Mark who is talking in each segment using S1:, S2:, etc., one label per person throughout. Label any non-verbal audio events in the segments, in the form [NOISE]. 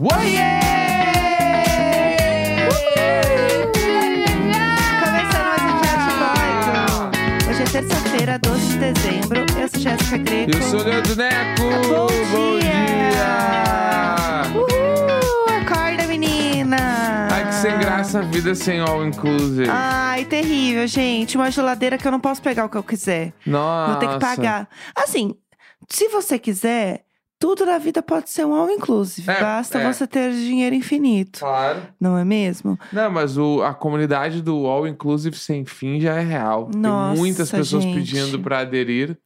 S1: um é é terça-feira, 12 de dezembro. Eu sou Jéssica Greco.
S2: Eu sou Leandro Neco.
S1: Bom
S2: dia.
S1: Uhul! Acorda, menina!
S2: Ai, que sem graça a vida sem all inclusive.
S1: Ai, terrível, gente. Uma geladeira que eu não posso pegar o que eu quiser.
S2: Nossa.
S1: Vou ter que pagar. Assim, se você quiser, tudo na vida pode ser um all inclusive.
S2: É,
S1: Basta
S2: é.
S1: você ter dinheiro infinito.
S2: Claro.
S1: Não é mesmo?
S2: Não, mas o- a comunidade do All Inclusive Sem Fim já é real.
S1: Nossa,
S2: Tem muitas pessoas
S1: gente.
S2: pedindo pra aderir.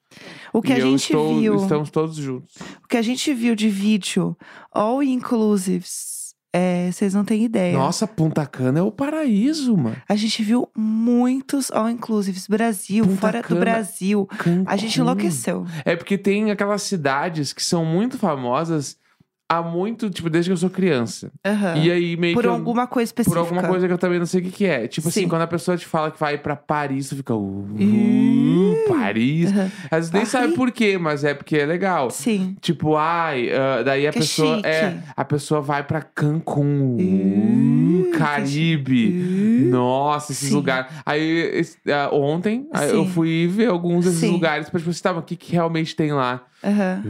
S1: O que
S2: e
S1: a
S2: eu
S1: gente
S2: estou,
S1: viu.
S2: estamos todos juntos.
S1: O que a gente viu de vídeo all inclusives, é, vocês não têm ideia.
S2: Nossa, Punta Cana é o paraíso, mano.
S1: A gente viu muitos all inclusives. Brasil,
S2: Punta
S1: fora do
S2: Cana.
S1: Brasil. A gente
S2: Cancún.
S1: enlouqueceu.
S2: É porque tem aquelas cidades que são muito famosas há muito, tipo, desde que eu sou criança.
S1: Aham.
S2: E aí meio
S1: Ah. Por
S2: que eu-
S1: alguma coisa
S2: por
S1: específica.
S2: alguma coisa que eu também não sei o que, que é. Tipo
S1: Sim.
S2: assim, quando a pessoa te fala que vai pra Paris, tu fica. Uh,
S1: Ih.
S2: Paris.
S1: Aham.
S2: Às vezes nem
S1: Paris.
S2: sabe por quê, mas é porque é legal.
S1: Sim.
S2: Tipo, ai, ah, daí a
S1: Que
S2: pessoa
S1: chique.
S2: é, a pessoa vai pra Cancún, uh,
S1: Ih, que
S2: Caribe.
S1: Ih.
S2: Nossa, esses
S1: Sim.
S2: lugares. Aí esse- ah, ontem aí eu
S1: Sim.
S2: fui ver alguns desses
S1: Sim.
S2: lugares pra tipo, assim, tá, mas o que, que realmente tem lá?
S1: Aham.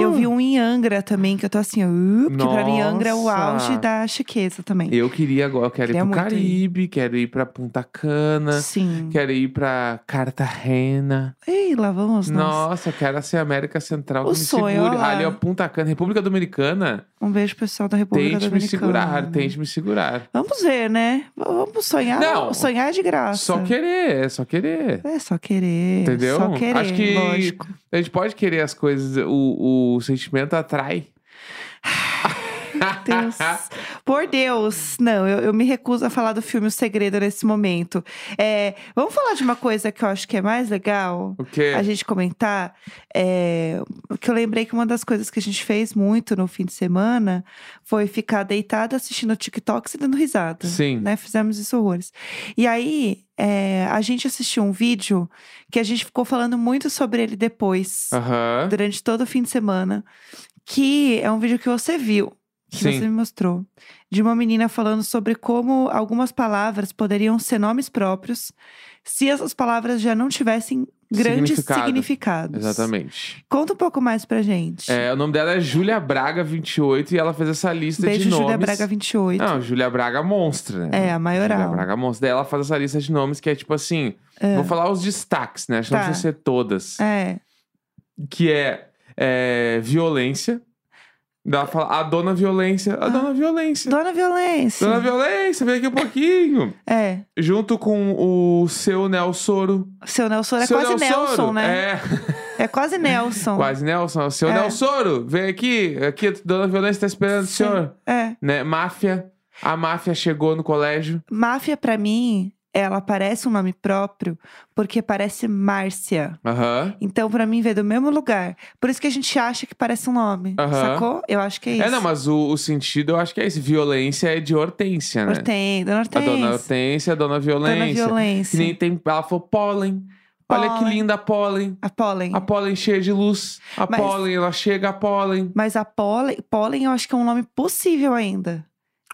S1: Eu vi um em Angra também, que eu tô assim, uh, porque pra mim Angra é o
S2: Hum. Nossa.
S1: auge da chiqueza também.
S2: Eu queria agora, eu quero
S1: Queria
S2: ir pro
S1: muito ir.
S2: Caribe, quero ir pra Punta Cana,
S1: Sim.
S2: quero ir pra Cartagena.
S1: Ei, lá vamos nós.
S2: Nossa, eu quero ser América Central
S1: O
S2: que me
S1: sonho,
S2: segure.
S1: olha lá.
S2: Ali, ó, Punta Cana, República Dominicana.
S1: Um beijo pessoal da República
S2: Tente me
S1: Dominicana.
S2: segurar, tente me segurar.
S1: Vamos ver, né? V- Vamos sonhar.
S2: Não.
S1: Sonhar é de graça.
S2: Só querer, é só querer.
S1: É só querer.
S2: Entendeu?
S1: Só querer,
S2: Acho que- [LAUGHS]
S1: lógico.
S2: A gente pode querer as coisas, o, o sentimento atrai.
S1: Deus. Por Deus. Não, eu, eu me recuso a falar do filme O Segredo nesse momento. É, vamos falar de uma coisa que eu acho que é mais legal.
S2: [LAUGHS] O quê?
S1: a gente comentar é, que eu lembrei que uma das coisas que a gente fez muito no fim de semana foi ficar deitada assistindo TikToks e dando risada.
S2: Sim.
S1: Né? Fizemos isso horrores. E aí, é, a gente assistiu um vídeo que a gente ficou falando muito sobre ele depois,
S2: Aham.
S1: durante todo o fim de semana, que é um vídeo que você viu. Que
S2: Sim.
S1: você me mostrou, de uma menina falando sobre como algumas palavras poderiam ser nomes próprios se essas palavras já não tivessem grandes
S2: Significado.
S1: significados.
S2: Exatamente.
S1: Conta um pouco mais pra gente.
S2: É, o nome dela é Júlia Braga 28 e ela fez essa lista
S1: Beijo,
S2: de nomes.
S1: Júlia Braga 28.
S2: Não, Júlia Braga monstra, né?
S1: é, a
S2: Júlia
S1: maioral.
S2: Braga monstra. Daí ela faz essa lista de nomes que é tipo assim, vou falar os destaques, né? Acho que
S1: Tá.
S2: não precisa ser todas.
S1: É.
S2: Que é, é, violência. Daí ela fala, a dona violência, a dona violência.
S1: Ah. Dona Violência.
S2: Dona violência, vem aqui um pouquinho.
S1: É.
S2: Junto com o seu Nelsoro.
S1: Seu Nelson é
S2: Seu
S1: quase
S2: Nelsoro,
S1: Nelson, né?
S2: É,
S1: É, quase Nelson.
S2: quase Nelson. Seu
S1: É.
S2: Nelsoro, vem aqui. Aqui, dona Violência tá esperando o
S1: Sim.
S2: senhor.
S1: É.
S2: Né? Máfia. A máfia chegou no colégio.
S1: Máfia, pra mim, ela parece um nome próprio porque parece Márcia.
S2: Aham.
S1: Então, pra mim, veio do mesmo lugar. Por isso que a gente acha que parece um nome.
S2: Aham.
S1: Sacou? Eu acho que é isso.
S2: É, não, mas o, o sentido eu acho que é esse. Violência é de hortência, né?
S1: Hortência. Dona
S2: A
S1: Hortência.
S2: dona Hortência, a dona Violência.
S1: Dona
S2: Que
S1: Violência.
S2: nem tem. Ela falou pólen. Olha que
S1: Pólen.
S2: linda a pólen.
S1: A Pollen.
S2: A pólen cheia de luz. A
S1: Mas-
S2: pólen, ela chega a pólen.
S1: Mas a pólen, pólen eu acho que é um nome possível ainda.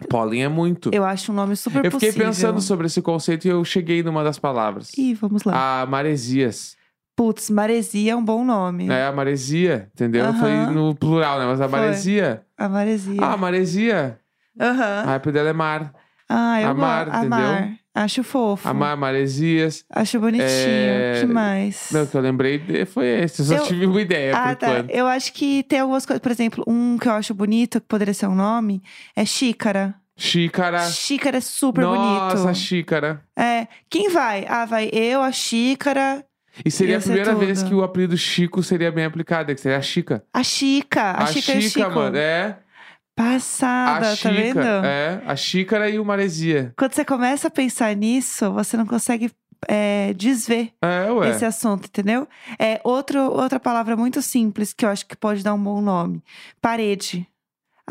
S2: Pólen é muito.
S1: Eu acho um nome super
S2: Eu fiquei
S1: possível.
S2: pensando sobre Ah. esse conceito e eu cheguei numa das palavras.
S1: Ih, vamos lá.
S2: A maresias.
S1: Putz, maresia é um bom nome.
S2: É a maresia, entendeu? Eu
S1: Aham.
S2: falei no plural, né? Mas a
S1: Foi.
S2: maresia.
S1: A maresia.
S2: Ah, a maresia.
S1: Aham.
S2: A época dela é mar.
S1: Ah, eu
S2: amar,
S1: gosto. Amar. Acho fofo.
S2: Amar, maresias.
S1: Acho bonitinho.
S2: É,
S1: Que mais?
S2: Não, o que eu lembrei de- foi esse. Eu só
S1: Eu-
S2: tive uma ideia por
S1: ah, tá.
S2: enquanto.
S1: Eu acho que tem algumas coisas. Por exemplo, um que eu acho bonito, que poderia ser um nome, é xícara.
S2: Xícara.
S1: Xícara é super
S2: Ah. Nossa,
S1: bonito.
S2: xícara.
S1: É. Quem vai? Ah, vai eu, a xícara.
S2: E seria a
S1: Ia ser
S2: primeira
S1: tudo.
S2: vez que o apelido Chico seria bem aplicado, que seria a Chica.
S1: A Chica. A, Chica, e o Chico.
S2: mano. É.
S1: Passada,
S2: a
S1: tá vendo?
S2: Chica. É. A xícara e o maresia.
S1: Quando você começa a pensar nisso, você não consegue é, desver
S2: É, ué.
S1: esse assunto, entendeu? É outro, outra palavra muito simples que eu acho que pode dar um bom nome: parede.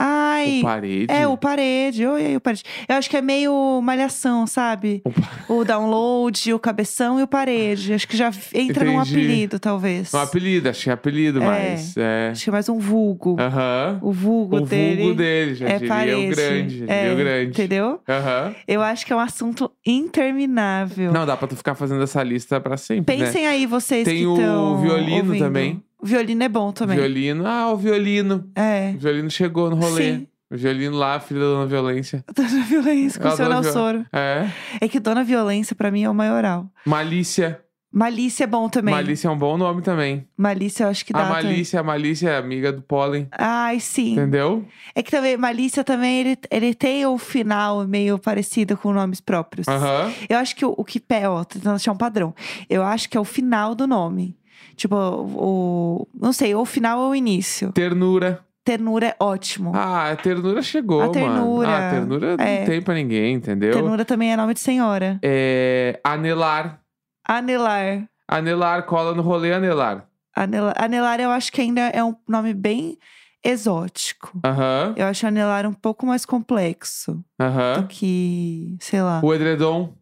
S1: Ai.
S2: O parede.
S1: É, o parede. Oi, aí, o parede. Eu acho que é meio malhação, sabe?
S2: O pa-
S1: [LAUGHS] O download, o cabeção e o parede. Acho que já entra num
S2: Entendi.
S1: apelido, talvez.
S2: Não, apelido, acho que é apelido,
S1: É.
S2: mas. É.
S1: Acho que é mais um vulgo.
S2: Aham.
S1: O vulgo
S2: O
S1: dele.
S2: Ah. Um vulgo dele, já
S1: é
S2: diria
S1: parede.
S2: o grande. Já
S1: É,
S2: diria o grande.
S1: Entendeu?
S2: Aham.
S1: Eu acho que é um assunto interminável.
S2: Não, dá pra tu ficar fazendo essa lista pra sempre. né?
S1: Pensem aí vocês
S2: Tem
S1: que
S2: o
S1: estão
S2: violino
S1: ouvindo.
S2: também.
S1: O violino é bom também.
S2: Violino. Ah, o violino.
S1: É. [LAUGHS]
S2: O violino chegou no rolê.
S1: Sim.
S2: O violino lá, filho da dona Violência.
S1: Dona Violência, com
S2: Eu
S1: o seu
S2: adoro
S1: Nelson Soro.
S2: É.
S1: É que Dona Violência, pra mim, é o maioral.
S2: Malícia.
S1: Malícia é bom também.
S2: Malícia é um bom nome também.
S1: Malícia, eu acho que dá
S2: a
S1: também.
S2: Malícia, a Malícia é amiga do pólen.
S1: Ai, sim.
S2: Entendeu?
S1: É que também, Malícia também, ele, ele tem o final meio parecido com nomes próprios.
S2: Aham.
S1: Eu acho que o, o que pé, ó, tô tentando achar um padrão. Eu acho que é o final do nome. Tipo, o. Não sei, ou o final ou o início.
S2: Ternura.
S1: Ternura é ótimo.
S2: Ah, a ternura chegou,
S1: A
S2: mano.
S1: ternura.
S2: Ah, a ternura
S1: É.
S2: não tem pra ninguém, entendeu?
S1: Ternura também é nome de senhora.
S2: É, anelar.
S1: Anelar.
S2: Anelar, cola no rolê, anelar.
S1: Anela- Anelar, eu acho que ainda é um nome bem exótico.
S2: Aham,
S1: Eu acho anelar um pouco mais complexo
S2: ahã.
S1: do que, sei lá,
S2: O edredom.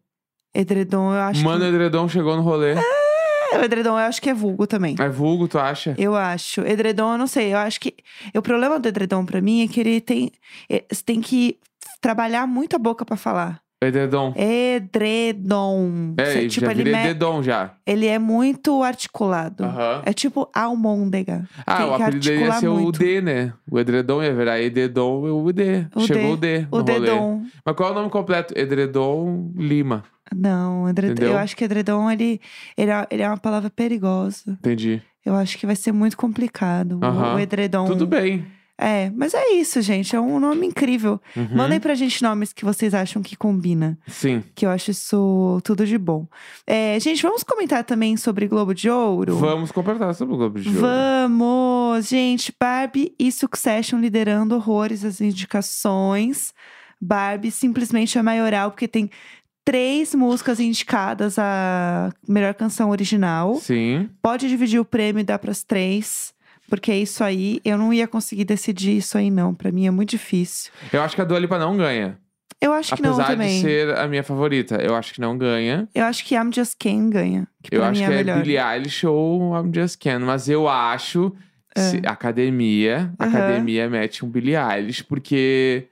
S1: edredom. Eu acho
S2: Mano, o edredom chegou no rolê.
S1: que... É, o edredom eu acho que é vulgo também.
S2: É vulgo, tu acha?
S1: Eu acho. Edredom, eu não sei. Eu acho que. O problema do edredom pra mim é que ele tem. é, Você tem que trabalhar muito a boca pra falar.
S2: Edredom.
S1: Edredom.
S2: É,
S1: Você,
S2: já
S1: É. tipo, ele,
S2: virei
S1: me-
S2: dedom já.
S1: ele é muito articulado.
S2: Aham.
S1: É tipo almôndega.
S2: Ah,
S1: tem
S2: o
S1: que
S2: apelido dele ia
S1: articular
S2: ser o
S1: muito.
S2: D, né? O edredom ia virar edredom e o D.
S1: O
S2: Chegou o D
S1: O
S2: no rolê.
S1: dedom.
S2: Mas qual é o nome completo? Edredom Lima.
S1: Não, edredom-
S2: Entendeu?
S1: eu acho que edredom ele, ele, é, ele é uma palavra perigosa.
S2: Entendi.
S1: Eu acho que vai ser muito complicado. o-
S2: Aham.
S1: O edredom.
S2: Tudo bem.
S1: É, mas é isso, gente. É um nome incrível.
S2: Uhum.
S1: Mandem pra gente nomes que vocês acham que combina.
S2: Sim.
S1: Que eu acho isso tudo de bom. É, gente, vamos comentar também sobre Globo de Ouro?
S2: Vamos completar sobre o Globo de Ouro.
S1: Vamos! Gente, Barbie e Succession liderando horrores as indicações. Barbie simplesmente é maioral, porque tem três músicas indicadas à melhor canção original.
S2: Sim.
S1: Pode dividir o prêmio e dar pras três. Porque é isso aí, eu não ia conseguir decidir isso aí, não. Pra mim é muito difícil.
S2: Eu acho que a Dua Lipa não ganha.
S1: Eu acho que não
S2: Apesar de
S1: também.
S2: ser a minha favorita. Eu acho que não ganha.
S1: Eu acho que I'm Just Ken ganha. Que
S2: Eu
S1: pra
S2: acho
S1: mim
S2: que
S1: é a
S2: é
S1: melhor.
S2: Billie Eilish ou I'm Just Ken. Mas eu acho... se- academia.
S1: É. Aham.
S2: Academia mete um Billie Eilish. Porque...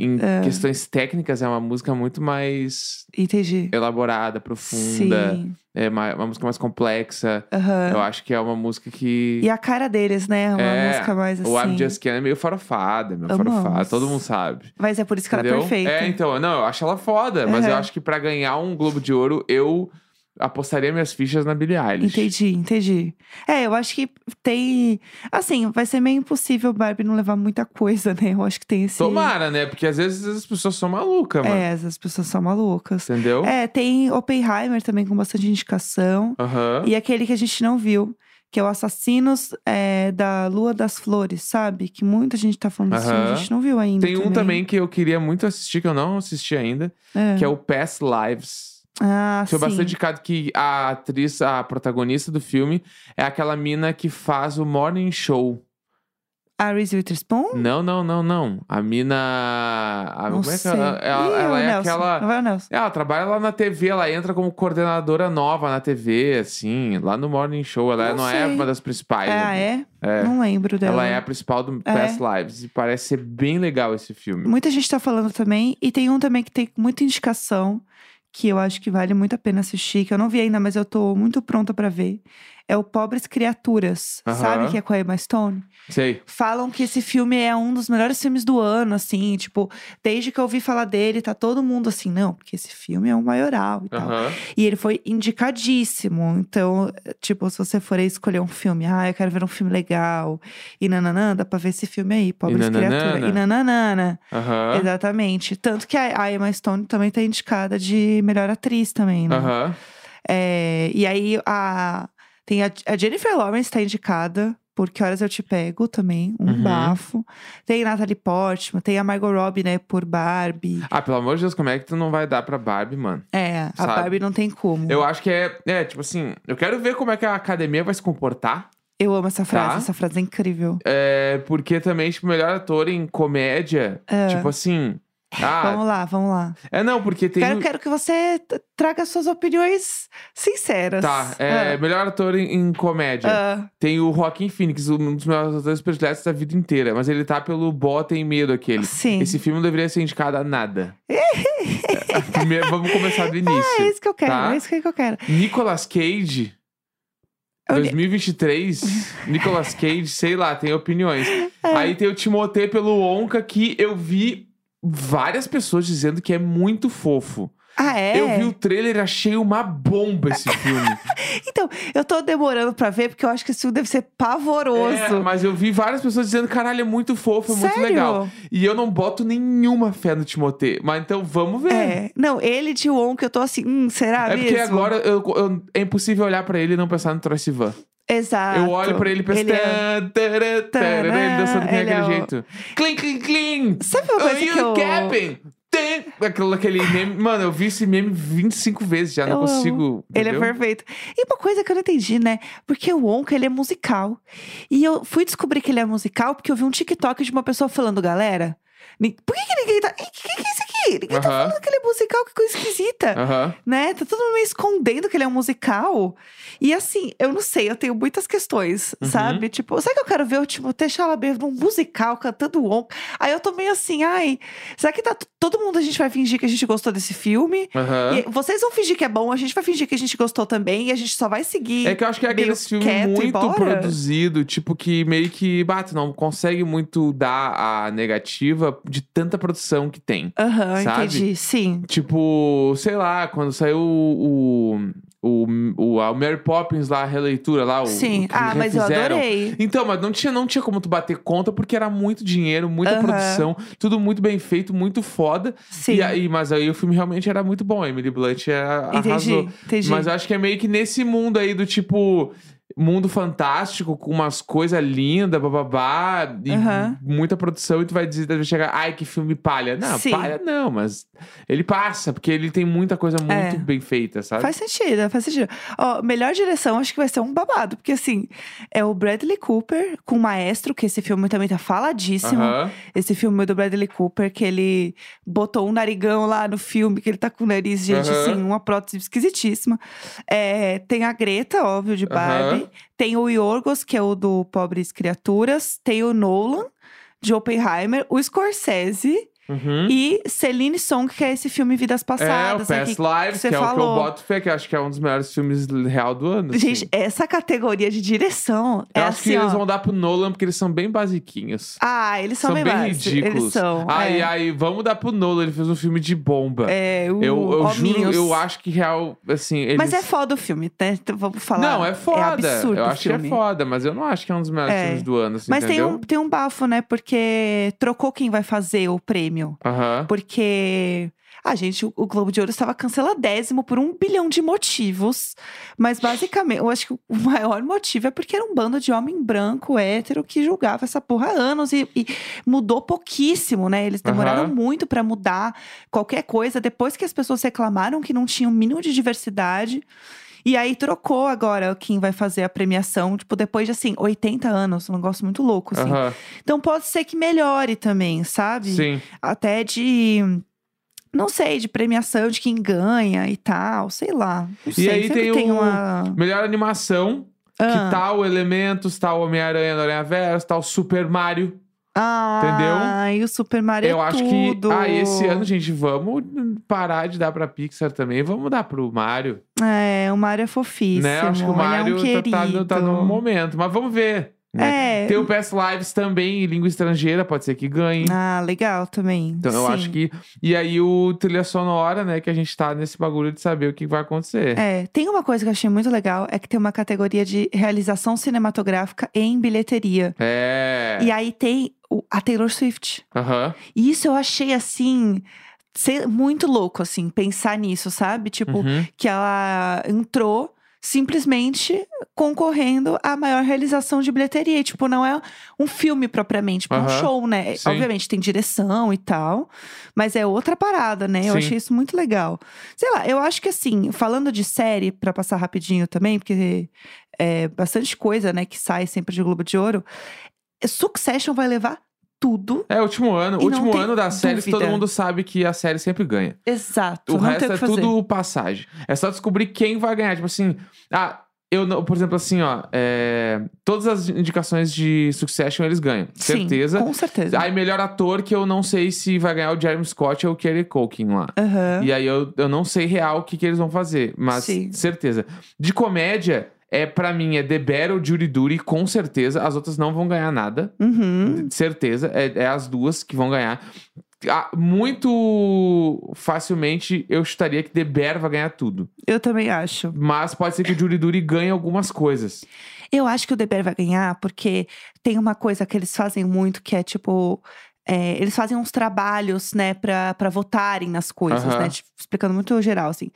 S2: Em
S1: É.
S2: questões técnicas, é uma música muito mais
S1: Entendi.
S2: elaborada, profunda.
S1: Sim.
S2: É uma, uma música mais complexa.
S1: Aham.
S2: Eu acho que é uma música que...
S1: E a cara deles, né? Uma
S2: É,
S1: música mais assim.
S2: O I'm Just Ken é meio farofada, meio
S1: Amamos.
S2: farofada. Todo mundo sabe.
S1: Mas é por isso que
S2: entendeu?
S1: ela é perfeita.
S2: É, então, não, eu acho ela foda, mas eu
S1: Aham.
S2: acho que pra ganhar um Globo de Ouro, eu apostaria minhas fichas na Billie Eilish.
S1: Entendi, entendi. É, eu acho que tem. Assim, vai ser meio impossível Barbie não levar muita coisa, né? Eu acho que tem esse.
S2: Tomara, né? Porque às vezes as pessoas são malucas, mano.
S1: É, essas pessoas são malucas.
S2: Entendeu?
S1: É, tem Oppenheimer também com bastante indicação.
S2: Aham.
S1: E aquele que a gente não viu, que é o Assassinos é, da Lua das Flores, sabe? Que muita gente tá falando assim,
S2: Aham.
S1: a gente não viu ainda.
S2: Tem um também que eu queria muito assistir, que eu não assisti ainda,
S1: É.
S2: que é o Past Lives.
S1: Ah,
S2: Foi
S1: sim.
S2: bastante indicado que a atriz, a protagonista do filme, é aquela mina que faz o morning show.
S1: A Reese Witherspoon?
S2: Não, não, não, não. A mina. a-
S1: não
S2: como é que
S1: sei.
S2: ela. Ela,
S1: Ih,
S2: ela
S1: o
S2: é
S1: Nelson.
S2: aquela.
S1: Não vai o Nelson.
S2: Ela trabalha lá na TV, ela entra como coordenadora nova na TV, assim, lá no Morning Show. Ela
S1: Não
S2: não, é
S1: sei.
S2: uma das principais.
S1: Ah,
S2: né?
S1: é?
S2: É.
S1: Não lembro dela.
S2: Ela é a principal do Past Lives. E parece ser bem legal esse filme.
S1: Muita gente tá falando também. E tem um também que tem muita indicação, que eu acho que vale muito a pena assistir, que eu não vi ainda, mas eu tô muito pronta pra ver. É o Pobres Criaturas,
S2: Aham.
S1: sabe? Que é com a Emma Stone.
S2: Sei.
S1: Falam que esse filme é um dos melhores filmes do ano, assim. Tipo, desde que eu ouvi falar dele, tá todo mundo assim, não, porque esse filme é um maioral e tal.
S2: Aham.
S1: E ele foi indicadíssimo. Então, tipo, se você for aí escolher um filme, ah, eu quero ver um filme legal, e nananã, dá pra ver esse filme aí, Pobres
S2: nananana.
S1: Criaturas. E nananana.
S2: Aham.
S1: Exatamente. Tanto que a a Emma Stone também tá indicada de melhor atriz também, né?
S2: Aham.
S1: É, e aí a, tem a, a Jennifer Lawrence tá indicada. Por Que Horas Eu Te Pego também, um
S2: Uhum.
S1: bafo. Tem Natalie Portman, tem a Margot Robbie, né, por Barbie.
S2: Ah, pelo amor de Deus, como é que tu não vai dar pra Barbie, mano?
S1: É, a
S2: Sabe.
S1: Barbie não tem como.
S2: Eu acho que é. É, tipo assim, eu quero ver como é que a academia vai se comportar.
S1: Eu amo essa frase,
S2: Tá.
S1: essa frase é incrível.
S2: É porque também, tipo, melhor ator em comédia,
S1: É.
S2: tipo assim. Ah,
S1: Vamos lá, vamos lá.
S2: é não, porque tem.
S1: Quero, quero que você t- traga suas opiniões sinceras.
S2: Tá, é
S1: Ah,
S2: melhor ator em, em comédia.
S1: ah,
S2: Tem o Joaquin Phoenix, um dos meus atores prediletos da vida inteira, mas ele tá pelo Bó Tem Medo aquele.
S1: sim.
S2: Esse filme não deveria ser indicado a nada.
S1: [LAUGHS]
S2: [LAUGHS] É, Primeiro, vamos começar do
S1: É
S2: início.
S1: isso que eu quero,
S2: tá?
S1: é isso que eu quero.
S2: Nicolas Cage.
S1: Eu li- [LAUGHS]
S2: 2023, Nicolas Cage, sei lá, tem opiniões.
S1: É.
S2: Aí tem o Timothée pelo Onca, que eu vi várias pessoas dizendo que é muito fofo.
S1: Ah, é?
S2: Eu vi o trailer, achei uma bomba
S1: [LAUGHS]
S2: esse filme.
S1: Então, eu tô demorando pra ver, porque eu acho que esse filme deve ser
S2: É,
S1: pavoroso.
S2: mas eu vi várias pessoas dizendo, caralho, é muito fofo, é muito
S1: Sério?
S2: legal. E eu não boto nenhuma fé no Timothée. Mas então vamos ver.
S1: É. Não, ele de Wonka, eu tô assim, hum, será
S2: É
S1: mesmo?
S2: porque agora eu- eu- é impossível olhar pra ele e não pensar no Troy Sivan.
S1: Exato.
S2: Eu olho pra ele e penso.
S1: Ah, Ele é-
S2: "Tã, tará, tará", Ele,
S1: Tará,
S2: dançando que nem
S1: ele é
S2: aquele
S1: o-
S2: jeito. Clim, clim, clim!
S1: Sabe uma coisa
S2: Are you
S1: que eu...
S2: capping? Tã. Aquilo, aquele meme. Mano, eu vi esse meme 25 vezes já, não
S1: Eu amo.
S2: consigo.
S1: Ele é
S2: entendeu?
S1: perfeito. E uma coisa que eu não entendi, né? Porque o Wonka, ele é musical. E eu fui descobrir que ele é musical porque eu vi um TikTok de uma pessoa falando, galera, ni- por que, que ninguém tá. O que, que é isso aqui? Ninguém tá
S2: Aham.
S1: falando que ele é musical, que coisa esquisita.
S2: Aham.
S1: Né? Tá todo mundo meio escondendo que ele é um musical. E assim, eu não sei, eu tenho muitas questões,
S2: Uhum.
S1: sabe? Tipo, será que eu quero ver o Timothée Chalamet num musical cantando Wonka? Aí eu tô meio assim, ai, será que tá t- todo mundo a gente vai fingir que a gente gostou desse filme?
S2: Aham.
S1: E vocês vão fingir que é bom, a gente vai fingir que a gente gostou também e a gente só vai seguir.
S2: É que eu acho que é aquele
S1: meio
S2: filme
S1: quieto e
S2: muito
S1: bora.
S2: produzido, tipo, que meio que bate, não consegue muito dar a negativa de tanta produção que tem.
S1: Aham,
S2: Sabe?
S1: entendi. Sim.
S2: Tipo, sei lá, quando saiu o. O, o, a Mary Poppins lá, a releitura lá, o.
S1: Sim.
S2: o que
S1: Ah, mas eu
S2: refizeram.
S1: adorei.
S2: Então, mas não tinha, não tinha como tu bater conta, porque era muito dinheiro, muita
S1: Aham.
S2: produção, tudo muito bem feito, muito foda.
S1: Sim.
S2: E aí, mas aí o filme realmente era muito bom, a Emily Blunt é a-
S1: entendi,
S2: arrasou.
S1: entendi.
S2: Mas eu acho que é meio que nesse mundo aí do tipo. Mundo fantástico, com umas coisas lindas, bababá, e
S1: Aham.
S2: muita produção, e tu vai dizer, vai chegar, ai, que filme palha. Não,
S1: Sim.
S2: palha não, mas ele passa, porque ele tem muita coisa muito
S1: É.
S2: bem feita, sabe?
S1: Faz sentido, faz sentido. Ó, melhor direção, acho que vai ser um babado, porque assim, é o Bradley Cooper com o Maestro, que esse filme também tá faladíssimo.
S2: Aham.
S1: Esse filme do Bradley Cooper, que ele botou um narigão lá no filme, que ele tá com o nariz, gente,
S2: Aham.
S1: assim, uma prótese esquisitíssima. É, tem a Greta, óbvio, de Barbie.
S2: Aham.
S1: Tem o Yorgos, que é o do Pobres Criaturas. Tem o Nolan, de Oppenheimer. O Scorsese.
S2: Uhum.
S1: E Celine Song, que é esse filme Vidas
S2: É, o
S1: Passadas. né, que-
S2: Past Lives,
S1: você
S2: que é o que eu
S1: falou.
S2: boto fé, que eu acho que é um dos melhores filmes real do ano. assim.
S1: Gente, essa categoria de direção
S2: eu
S1: é
S2: acho
S1: assim,
S2: que
S1: ó.
S2: eles vão dar pro Nolan, porque eles são bem basiquinhos.
S1: Ah, eles são,
S2: são bem
S1: básicos,
S2: ridículos.
S1: Eles são.
S2: Ai,
S1: é.
S2: ai, vamos dar pro Nolan, ele fez um filme de bomba.
S1: É, o
S2: Eu, eu juro,
S1: Hominhos.
S2: eu acho que real, assim. Eles...
S1: Mas é foda o filme, né? Então, vamos falar.
S2: Não, é foda.
S1: É absurdo.
S2: eu
S1: o
S2: acho que
S1: filme.
S2: é foda, mas eu não acho que é um dos melhores
S1: É.
S2: filmes do ano, assim,
S1: Mas tem
S2: entendeu?
S1: um, tem um bafo, né? Porque trocou quem vai fazer o prêmio.
S2: Aham.
S1: Porque. Ah, gente, o- o Globo de Ouro estava canceladésimo por um bilhão de motivos. Mas basicamente, eu acho que o maior motivo é porque era um bando de homem branco, hétero, que julgava essa porra há anos e, e mudou pouquíssimo, né? Eles demoraram
S2: Aham.
S1: muito pra mudar qualquer coisa depois que as pessoas reclamaram que não tinha o mínimo de diversidade. E aí trocou agora quem vai fazer a premiação, tipo, depois de assim, 80 anos, um negócio muito louco, assim.
S2: Aham.
S1: Então pode ser que melhore também, sabe?
S2: Sim.
S1: Até de. Não sei, de premiação, de quem ganha e tal, sei lá. Não
S2: E
S1: sei,
S2: aí
S1: sempre
S2: tem
S1: tem,
S2: o-
S1: uma.
S2: Melhor animação.
S1: Ah.
S2: Que tal Elementos, tal Homem-Aranha no Aranha Verso, tal Super Mario. tá- Entendeu?
S1: Ah, e o Super Mario.
S2: eu
S1: é
S2: acho
S1: tudo.
S2: que. Ah, esse ano, gente, vamos parar de dar pra Pixar também. Vamos dar pro Mario.
S1: É, o Mario é fofíssimo.
S2: né? Eu Acho que o Mario
S1: ele é um
S2: tá, tá, no-
S1: querido.
S2: tá no momento. Mas vamos ver. né?
S1: É.
S2: Tem o PS Lives também, em língua estrangeira, pode ser que ganhe.
S1: Ah, legal também.
S2: Então eu
S1: sim.
S2: acho que. E aí o trilha sonora, né? Que a gente tá nesse bagulho de saber o que vai acontecer.
S1: É, tem uma coisa que eu achei muito legal, é que tem uma categoria de realização cinematográfica em bilheteria.
S2: É.
S1: E aí tem o- a Taylor Swift.
S2: Aham.
S1: E isso eu achei assim. ser muito louco, assim, pensar nisso, sabe? Tipo,
S2: Uhum.
S1: que ela entrou simplesmente concorrendo à maior realização de bilheteria. E, Tipo, não é um filme propriamente, tipo, um
S2: Aham.
S1: show, né?
S2: Sim.
S1: Obviamente tem direção e tal, mas é outra parada, né? Eu
S2: Sim.
S1: achei isso muito legal. Sei lá, eu acho que assim, falando de série, pra passar rapidinho também, porque é bastante coisa, né, que sai sempre de Globo de Ouro, Succession vai levar tudo.
S2: É, último ano.
S1: E não
S2: último
S1: tem
S2: ano das séries, todo
S1: dúvida.
S2: mundo sabe que a série sempre ganha.
S1: Exato.
S2: O
S1: não
S2: resto
S1: tem o
S2: é
S1: que fazer.
S2: tudo passagem. É só descobrir quem vai ganhar. Tipo assim, ah, eu não, por exemplo, assim, ó, é, todas as indicações de Succession eles ganham,
S1: Sim,
S2: certeza.
S1: com certeza.
S2: Aí, melhor ator que eu não sei se vai ganhar o Jeremy Scott ou o Kerry Culkin lá.
S1: Aham.
S2: E aí eu, eu não sei real o que, que eles vão fazer, mas
S1: Sim.
S2: certeza. De comédia, é para mim é The Battle, Jury Duty, com certeza. As outras não vão ganhar nada. Hum.
S1: Uhum.
S2: Certeza, é, é as duas que vão ganhar. Ah, muito facilmente eu chutaria que The Bear vai ganhar tudo.
S1: Eu também acho.
S2: Mas pode ser que o Jury Duty ganhe algumas coisas.
S1: Eu acho que o Deber vai ganhar, porque tem uma coisa que eles fazem muito, que é tipo. é, eles fazem uns trabalhos, né, pra, pra votarem nas coisas,
S2: Aham.
S1: né? Tipo, explicando muito geral, assim.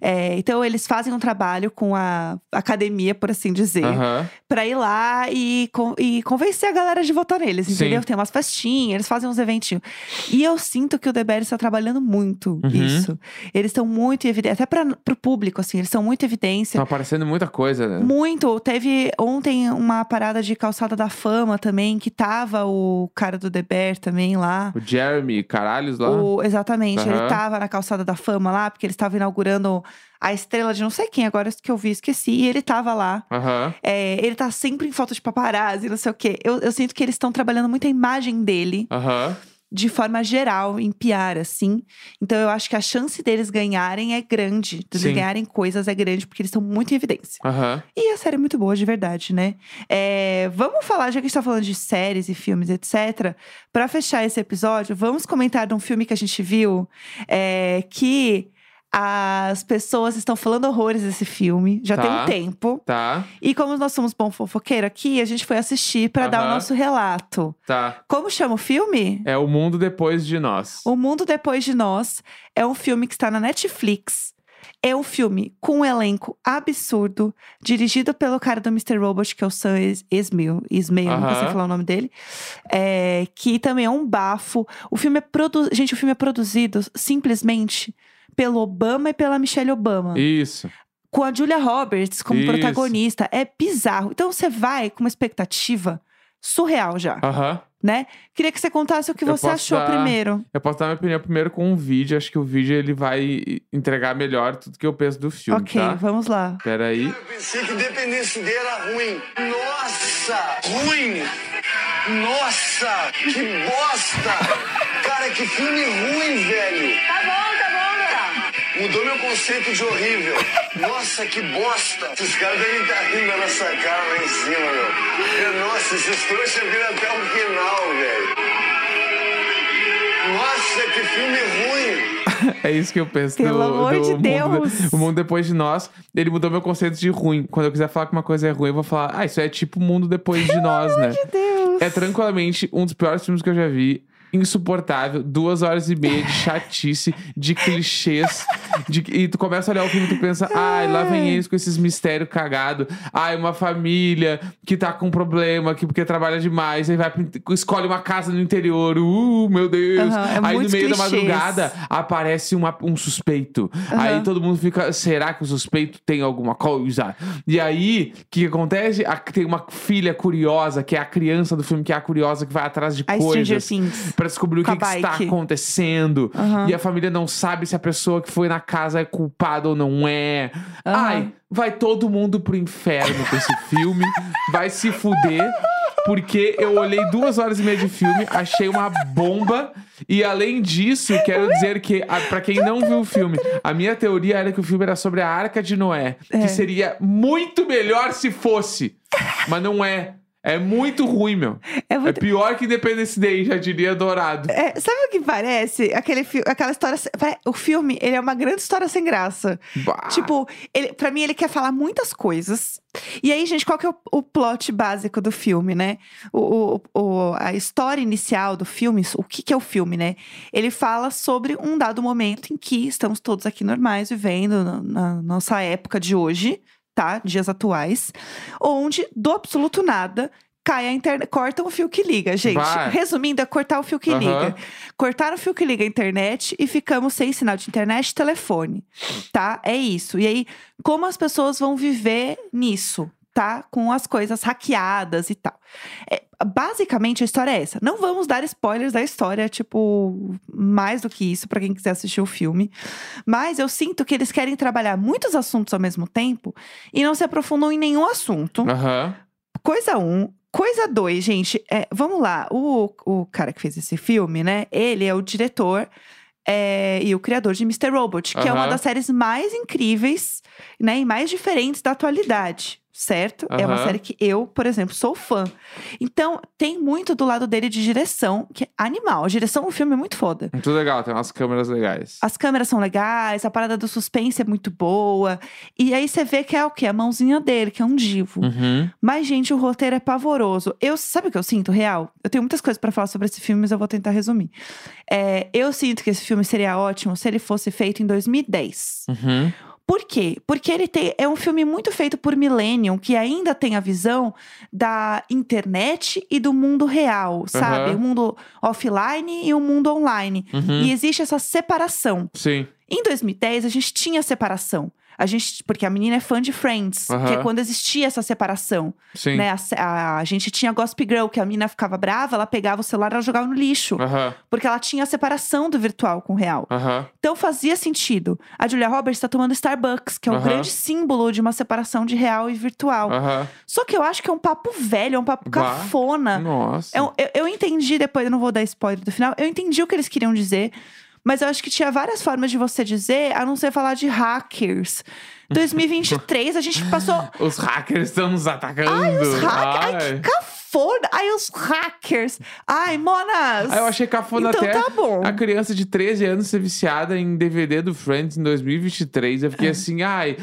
S1: É, então, eles fazem um trabalho com a academia, por assim dizer,
S2: Aham.
S1: pra ir lá e, con- e convencer a galera de votar neles,
S2: Sim.
S1: entendeu? Tem umas festinhas, eles fazem uns eventinhos. E eu sinto que o DBR está trabalhando muito
S2: Uhum.
S1: isso. Eles estão muito em evidência, até pra, pro público, assim, eles estão muito em evidência.
S2: Tá aparecendo muita coisa, né?
S1: Muito. Teve ontem uma parada de calçada da fama também, que tava o cara do The Bear também lá.
S2: O Jeremy, caralhos lá.
S1: O- exatamente, ele
S2: Aham.
S1: tava na calçada da fama lá, porque ele estava inaugurando a estrela de não sei quem, agora que eu vi, esqueci. E ele tava lá.
S2: Aham.
S1: É, ele tá sempre em foto de paparazzi, não sei o quê. Eu, eu sinto que eles estão trabalhando muito a imagem dele,
S2: Aham.
S1: de forma geral, em PR, assim. Então eu acho que a chance deles ganharem é grande. Deles
S2: Sim.
S1: ganharem coisas é grande, porque eles estão muito em evidência.
S2: Aham.
S1: E a série é muito boa, de verdade, né? É, vamos falar, já que a gente tá falando de séries e filmes, etc. Pra fechar esse episódio, vamos comentar de um filme que a gente viu é, que as pessoas estão falando horrores desse filme. Já
S2: Tá.
S1: tem um tempo.
S2: Tá,
S1: E como nós somos bom fofoqueiro aqui, a gente foi assistir pra dar o
S2: Aham.
S1: nosso relato.
S2: tá.
S1: Como chama o filme?
S2: É o mundo depois de nós.
S1: O Mundo Depois de Nós é um filme que está na Netflix. É um filme com um elenco absurdo, dirigido pelo cara do Mr. Robot, que é o Sam Is- Ismail, Ismail não
S2: Aham.
S1: consigo falar o nome dele, é, que também é um bafo. O filme é produ... gente, o filme é produzido simplesmente pelo Obama e pela Michelle Obama
S2: Isso.
S1: com a Julia Roberts como
S2: Isso.
S1: protagonista. É bizarro. Então você vai com uma expectativa surreal já,
S2: Aham.
S1: né? Queria que você contasse o que
S2: Eu
S1: você
S2: posso
S1: achou
S2: dar-
S1: primeiro.
S2: Eu posso dar minha opinião primeiro com um vídeo. Acho que o vídeo ele vai entregar melhor tudo que eu penso do filme,
S1: Ok,
S2: tá?
S1: vamos lá.
S2: Peraí.
S3: Eu pensei que dependência dele era ruim. Nossa! Ruim! Nossa! Que bosta! Cara, que filme ruim, velho!
S4: Tá bom, tá bom, Dora.
S3: Mudou meu conceito de horrível. Nossa, que bosta! Esses caras devem estar rindo da nossa cara lá em cima, meu. Meu, Nossa, esses trouxas viram até o final, velho. Nossa, que filme ruim!
S2: É isso que eu penso
S1: Pelo
S2: do,
S1: amor
S2: do
S1: de
S2: mundo,
S1: Deus!
S2: O mundo depois de nós, ele mudou meu conceito de ruim. Quando eu quiser falar que uma coisa é ruim, eu vou falar, ah, isso é tipo o mundo depois de nós, né?
S1: Meu Deus.
S2: É tranquilamente um dos piores filmes que eu já vi. Insuportável, duas horas e meia de chatice, de clichês. de- e tu começa a olhar o filme e tu pensa, ai, lá vem eles com esses mistérios cagados. Ai, uma família que tá com problema, que porque trabalha demais, aí vai pro inte- escolhe uma casa no interior. Uh, meu Deus!
S1: Aham, é
S2: aí no
S1: muitos
S2: meio da
S1: clichês.
S2: madrugada aparece uma- um suspeito. Aí todo mundo fica, será que o suspeito tem alguma coisa? E aí, o que acontece? A- tem uma filha curiosa, que é a criança do filme, que é a curiosa que vai atrás de
S1: A Stranger
S2: coisas.
S1: Things.
S2: Pra descobrir o
S1: Com
S2: que,
S1: a
S2: que está
S1: bike.
S2: acontecendo.
S1: Aham.
S2: E a família não sabe se a pessoa que foi na casa é culpada ou não é.
S1: Aham.
S2: Ai, vai todo mundo pro inferno com esse filme. Vai se fuder. Porque eu olhei duas horas e meia de filme, achei uma bomba. E além disso, quero dizer que, a- pra quem não viu o filme, a minha teoria era que o filme era sobre a Arca de Noé.
S1: É.
S2: Que seria muito melhor se fosse. Mas não é. É muito ruim, meu.
S1: É
S2: É
S1: muito...
S2: pior que Independence Day, já diria Dourado.
S1: É, sabe o que parece? Aquele fi- aquela história. se- pare- O filme, ele é uma grande história sem graça.
S2: Bah.
S1: Tipo, ele, pra mim, ele quer falar muitas coisas. E aí, gente, qual que é o, o plot básico do filme, né? O, o- o- a história inicial do filme, o que, que é o filme, né? Ele fala sobre um dado momento em que estamos todos aqui normais, vivendo na, na nossa época de hoje, tá? Dias atuais. Onde, do absoluto nada, cai a internet. Cortam o fio que liga, gente.
S2: Vai.
S1: Resumindo, é cortar o fio que
S2: Aham.
S1: liga. Cortaram o fio que liga a internet e ficamos sem sinal de internet e telefone, tá? É isso. E aí, como as pessoas vão viver nisso, tá? Com as coisas hackeadas e tal. É, basicamente, a história é essa. Não vamos dar spoilers da história, tipo, mais do que isso, pra quem quiser assistir o filme. Mas eu sinto que eles querem trabalhar muitos assuntos ao mesmo tempo e não se aprofundam em nenhum assunto.
S2: Aham.
S1: Coisa Um. Coisa dois, gente, é, vamos lá. O, o cara que fez esse filme, né? Ele é o diretor é, e o criador de Mr. Robot, que é uma
S2: Aham.
S1: das séries mais incríveis, né? E mais diferentes da atualidade, certo? É uma
S2: Aham.
S1: série que eu, por exemplo, sou fã. Então, tem muito do lado dele de direção, que é animal. A direção do filme é muito foda.
S2: Muito legal, tem umas câmeras legais.
S1: As câmeras são legais, a parada do suspense é muito boa. E aí você vê que é o quê? A mãozinha dele, que é um divo.
S2: Uhum.
S1: Mas, gente, o roteiro é pavoroso. Eu, sabe o que eu sinto, real? Eu tenho muitas coisas pra falar sobre esse filme, mas eu vou tentar resumir. É, eu sinto que esse filme seria ótimo se ele fosse feito em 2010.
S2: Uhum.
S1: Por quê? Porque ele tem, é um filme muito feito por Millennium, que ainda tem a visão da internet e do mundo real, sabe?
S2: Aham.
S1: O mundo offline e o mundo online.
S2: Uhum.
S1: E existe essa separação.
S2: Sim.
S1: Em 2010, a gente tinha separação. A gente, porque a menina é fã de Friends, que é
S2: Aham.
S1: quando existia essa separação.
S2: Sim.
S1: Né? A, se- a- a gente tinha Gossip Girl, que a menina ficava brava, ela pegava o celular e ela jogava no lixo.
S2: Aham.
S1: Porque ela tinha a separação do virtual com o real.
S2: Aham.
S1: Então fazia sentido. A Julia Roberts tá tomando Starbucks, que é um
S2: Aham.
S1: grande símbolo de uma separação de real e virtual.
S2: Aham.
S1: Só que eu acho que é um papo velho, é um papo
S2: Bah.
S1: cafona. É um
S2: Nossa.
S1: Eu, eu, eu entendi depois, eu não vou dar spoiler do final, eu entendi o que eles queriam dizer, mas eu acho que tinha várias formas de você dizer, a não ser falar de
S2: [LAUGHS]
S1: hackers. 2023, a gente passou.
S2: Os hackers estão nos atacando. Ai,
S1: Os hackers. Ai, que cafona! Ai, os hackers! Ai, monas!
S2: Ah, eu achei cafona
S1: Então
S2: até
S1: tá bom.
S2: a criança de 13 anos ser viciada em DVD do Friends em 2023. Eu
S1: É.
S2: fiquei assim, ai,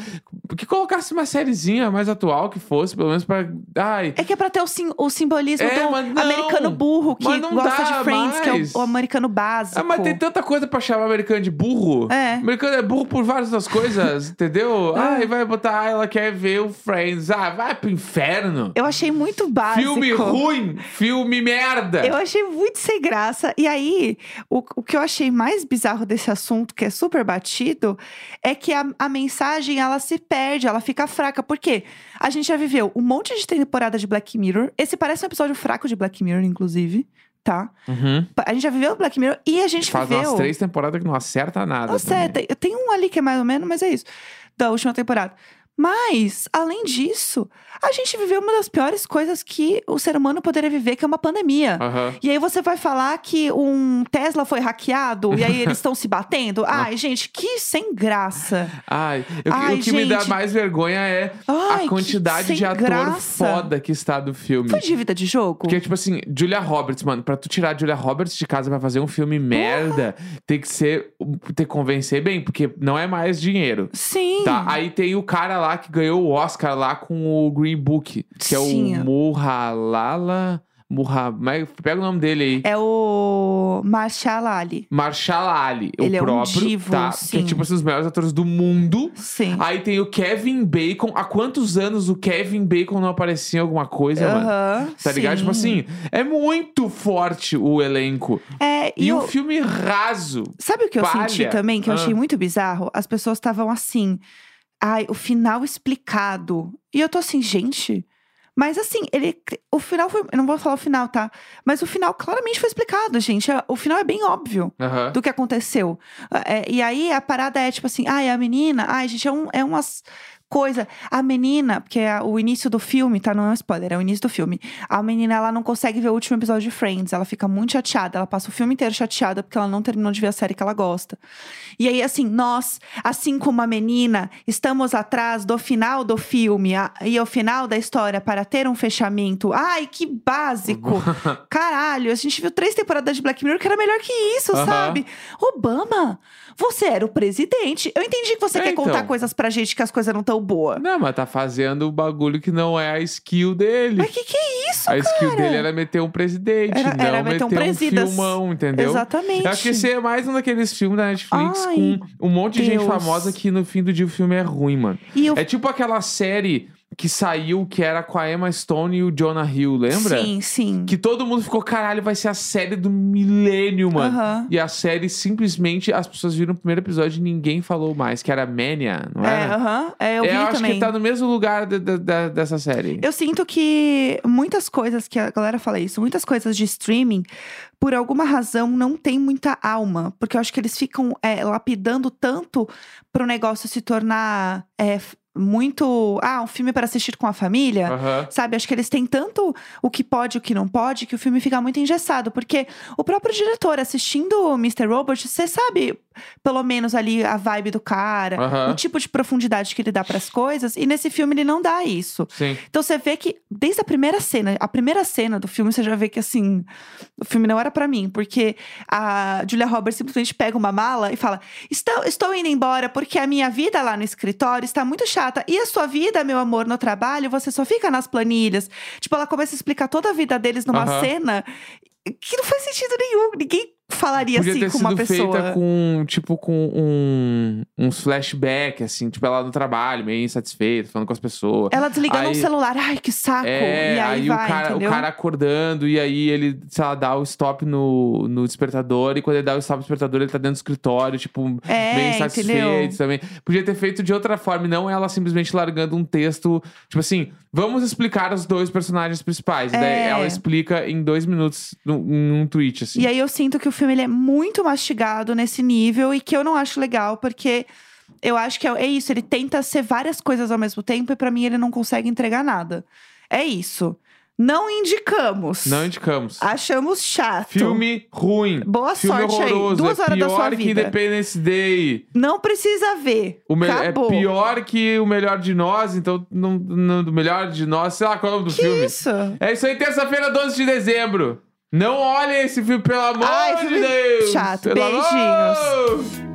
S2: que colocasse uma sériezinha mais atual que fosse, pelo menos pra. Ai.
S1: É que é pra ter o, sim- o simbolismo
S2: É, mas
S1: do
S2: não.
S1: americano burro que
S2: Mas não
S1: gosta
S2: dá
S1: de Friends,
S2: mais.
S1: que é o, o americano básico.
S2: Ah, mas tem tanta coisa pra chamar americano de burro.
S1: É.
S2: Americano é burro por várias outras
S1: [LAUGHS]
S2: coisas, entendeu? Ai, vai botar, ah, ela quer ver o Friends. Ah, vai pro inferno.
S1: Eu achei muito básico.
S2: Filme ruim, filme merda.
S1: Eu achei muito sem graça. E aí, o, o que eu achei mais bizarro desse assunto, que é super batido, é que a, a mensagem ela se perde, ela fica fraca. Por quê? A gente já viveu um monte de temporada de Black Mirror. Esse parece um episódio fraco de Black Mirror, inclusive, tá?
S2: Uhum.
S1: A gente já viveu Black Mirror e a gente
S2: Faz
S1: viveu.
S2: umas três temporadas que não acerta nada.
S1: Nossa, tem, tem um ali que é mais ou menos, mas é isso. Da última temporada. Mas, além disso, a gente viveu uma das piores coisas que o ser humano poderia viver, que é uma pandemia.
S2: também. Aham.
S1: E aí você vai falar que um Tesla foi hackeado e
S2: [LAUGHS]
S1: aí eles estão se batendo? Ai, gente, que sem graça.
S2: Ai, eu-
S1: Ai,
S2: o que me dá
S1: gente.
S2: mais vergonha é
S1: Ai,
S2: a
S1: que
S2: quantidade
S1: sem
S2: de ator
S1: graça.
S2: foda que está do filme.
S1: Foi dívida de jogo?
S2: Porque, tipo assim, Julia Roberts, mano, pra tu tirar a Julia Roberts de casa pra fazer um filme merda, tem que ser. ter que convencer bem, porque não é mais dinheiro.
S1: Sim.
S2: Tá, aí tem o cara lá que ganhou o Oscar lá com o Green Book, que é
S1: Sim.
S2: o Murralala. Murra, pega o nome dele aí.
S1: É o Marshall Ali.
S2: Marshall Ali,
S1: Ele é
S2: o
S1: um
S2: próprio,
S1: divo,
S2: tá? Que é
S1: sim.
S2: tipo assim, os melhores atores do mundo.
S1: Sim.
S2: Aí tem o Kevin Bacon. Há quantos anos o Kevin Bacon não aparecia em alguma coisa, mano?
S1: Aham,
S2: Tá ligado?
S1: sim.
S2: Tipo assim, é muito forte o elenco.
S1: É,
S2: E,
S1: e
S2: um
S1: o-
S2: filme raso.
S1: Sabe o que eu
S2: palha.
S1: senti também, que eu
S2: Ah.
S1: achei muito bizarro? As pessoas estavam assim. Ai, o final explicado. E eu tô assim, gente. Mas assim, ele. O final foi. Eu não vou falar o final, tá? Mas o final claramente foi explicado, gente. É- O final é bem óbvio.
S2: Aham.
S1: do que aconteceu. É, e aí a parada é tipo assim, ai, a menina, ai, gente, é, um, é umas coisa. A menina, porque é o início do filme, tá? Não é um spoiler, é o início do filme. A menina, ela não consegue ver o último episódio de Friends, ela fica muito chateada, ela passa o filme inteiro chateada porque ela não terminou de ver a série que ela gosta. E aí, assim, nós, assim como a menina, estamos atrás do final do filme a- e ao final da história para ter um fechamento. Ai, que básico! Caralho, a gente viu três temporadas de Black Mirror que era melhor que isso,
S2: Aham.
S1: sabe? Obama, você era o presidente. Eu entendi que você
S2: É,
S1: quer contar
S2: então.
S1: coisas pra gente que as coisas não tão boas.
S2: um Não, mas tá fazendo o bagulho que não é a skill dele.
S1: Mas que que é isso, isso,
S2: a skill
S1: cara.
S2: dele era meter um presidente,
S1: Era-
S2: não
S1: era meter um presidas.
S2: filmão, entendeu?
S1: Exatamente.
S2: Eu acho que esse é mais um daqueles filmes da Netflix
S1: Ai,
S2: com um monte de gente
S1: Deus.
S2: famosa que no fim do dia o filme é ruim, mano.
S1: E eu...
S2: É tipo aquela série que saiu que era com a Emma Stone e o Jonah Hill, lembra?
S1: Sim, sim.
S2: Que todo mundo ficou, caralho, vai ser a série do milênio, mano.
S1: Aham.
S2: E a série simplesmente, as pessoas viram o primeiro episódio e ninguém falou mais, que era Mania, não
S1: É,
S2: era?
S1: aham. É, eu vi
S2: acho
S1: também.
S2: que tá no mesmo lugar de- de- de- dessa série.
S1: Eu sinto que muitas coisas, que a galera fala isso, muitas coisas de streaming, por alguma razão, não tem muita alma. Porque eu acho que eles ficam é, lapidando tanto pro negócio se tornar é, f- muito. Ah, um filme para assistir com a família.
S2: Aham.
S1: Sabe, acho que eles têm tanto o que pode e o que não pode que o filme fica muito engessado. Porque o próprio diretor assistindo o Mr. Robot, você sabe pelo menos ali a vibe do cara,
S2: Aham.
S1: o tipo de profundidade que ele dá pras coisas. E nesse filme ele não dá isso.
S2: Sim.
S1: Então você vê que desde a primeira cena, a primeira cena do filme, você já vê que assim, o filme não era pra mim, porque a Julia Roberts simplesmente pega uma mala e fala: estou, estou indo embora porque a minha vida lá no escritório está muito chata. E a sua vida, meu amor, no trabalho, você só fica nas planilhas. Tipo, ela começa a explicar toda a vida deles numa
S2: Aham.
S1: cena que não faz sentido nenhum. Ninguém falaria
S2: Podia
S1: assim
S2: ter
S1: com uma
S2: sido
S1: pessoa.
S2: feita com, tipo, com um, uns flashback, assim, tipo, ela no trabalho, meio insatisfeita, falando com as pessoas.
S1: Ela desligando
S2: Aí-
S1: um celular, ai que saco!
S2: É,
S1: e aí,
S2: aí
S1: vai,
S2: o, cara, o
S1: entendeu?
S2: cara acordando, e aí ele, sei lá, dá o stop no, no despertador, e quando ele dá o stop no despertador, ele tá dentro do escritório, tipo,
S1: É,
S2: bem insatisfeito
S1: entendeu?
S2: também. Podia ter feito de outra forma, e não ela simplesmente largando um texto, tipo assim, vamos explicar os dois personagens principais. E Daí
S1: É.
S2: ela explica em dois minutos num, num tweet, assim.
S1: E aí eu sinto que o filme ele é muito mastigado nesse nível e que eu não acho legal, porque eu acho que é, é isso, ele tenta ser várias coisas ao mesmo tempo e pra mim ele não consegue entregar nada. É isso. Não indicamos.
S2: Não indicamos.
S1: Achamos chato.
S2: Filme ruim.
S1: Boa
S2: filme
S1: sorte aí.
S2: horroroso.
S1: Duas
S2: é
S1: horas da
S2: pior
S1: sua
S2: que
S1: vida.
S2: Independence Day.
S1: Não precisa ver.
S2: O me- É
S1: Acabou.
S2: pior que o melhor de nós, então não, não, do melhor de nós, sei lá qual é o nome do
S1: Que
S2: filme.
S1: isso?
S2: É isso aí, terça-feira, 12 de dezembro. Não olhem esse filme, pelo amor
S1: Ai,
S2: de
S1: Ah, filme é
S2: Deus!
S1: chato.
S2: Pelo amor!
S1: Beijinhos.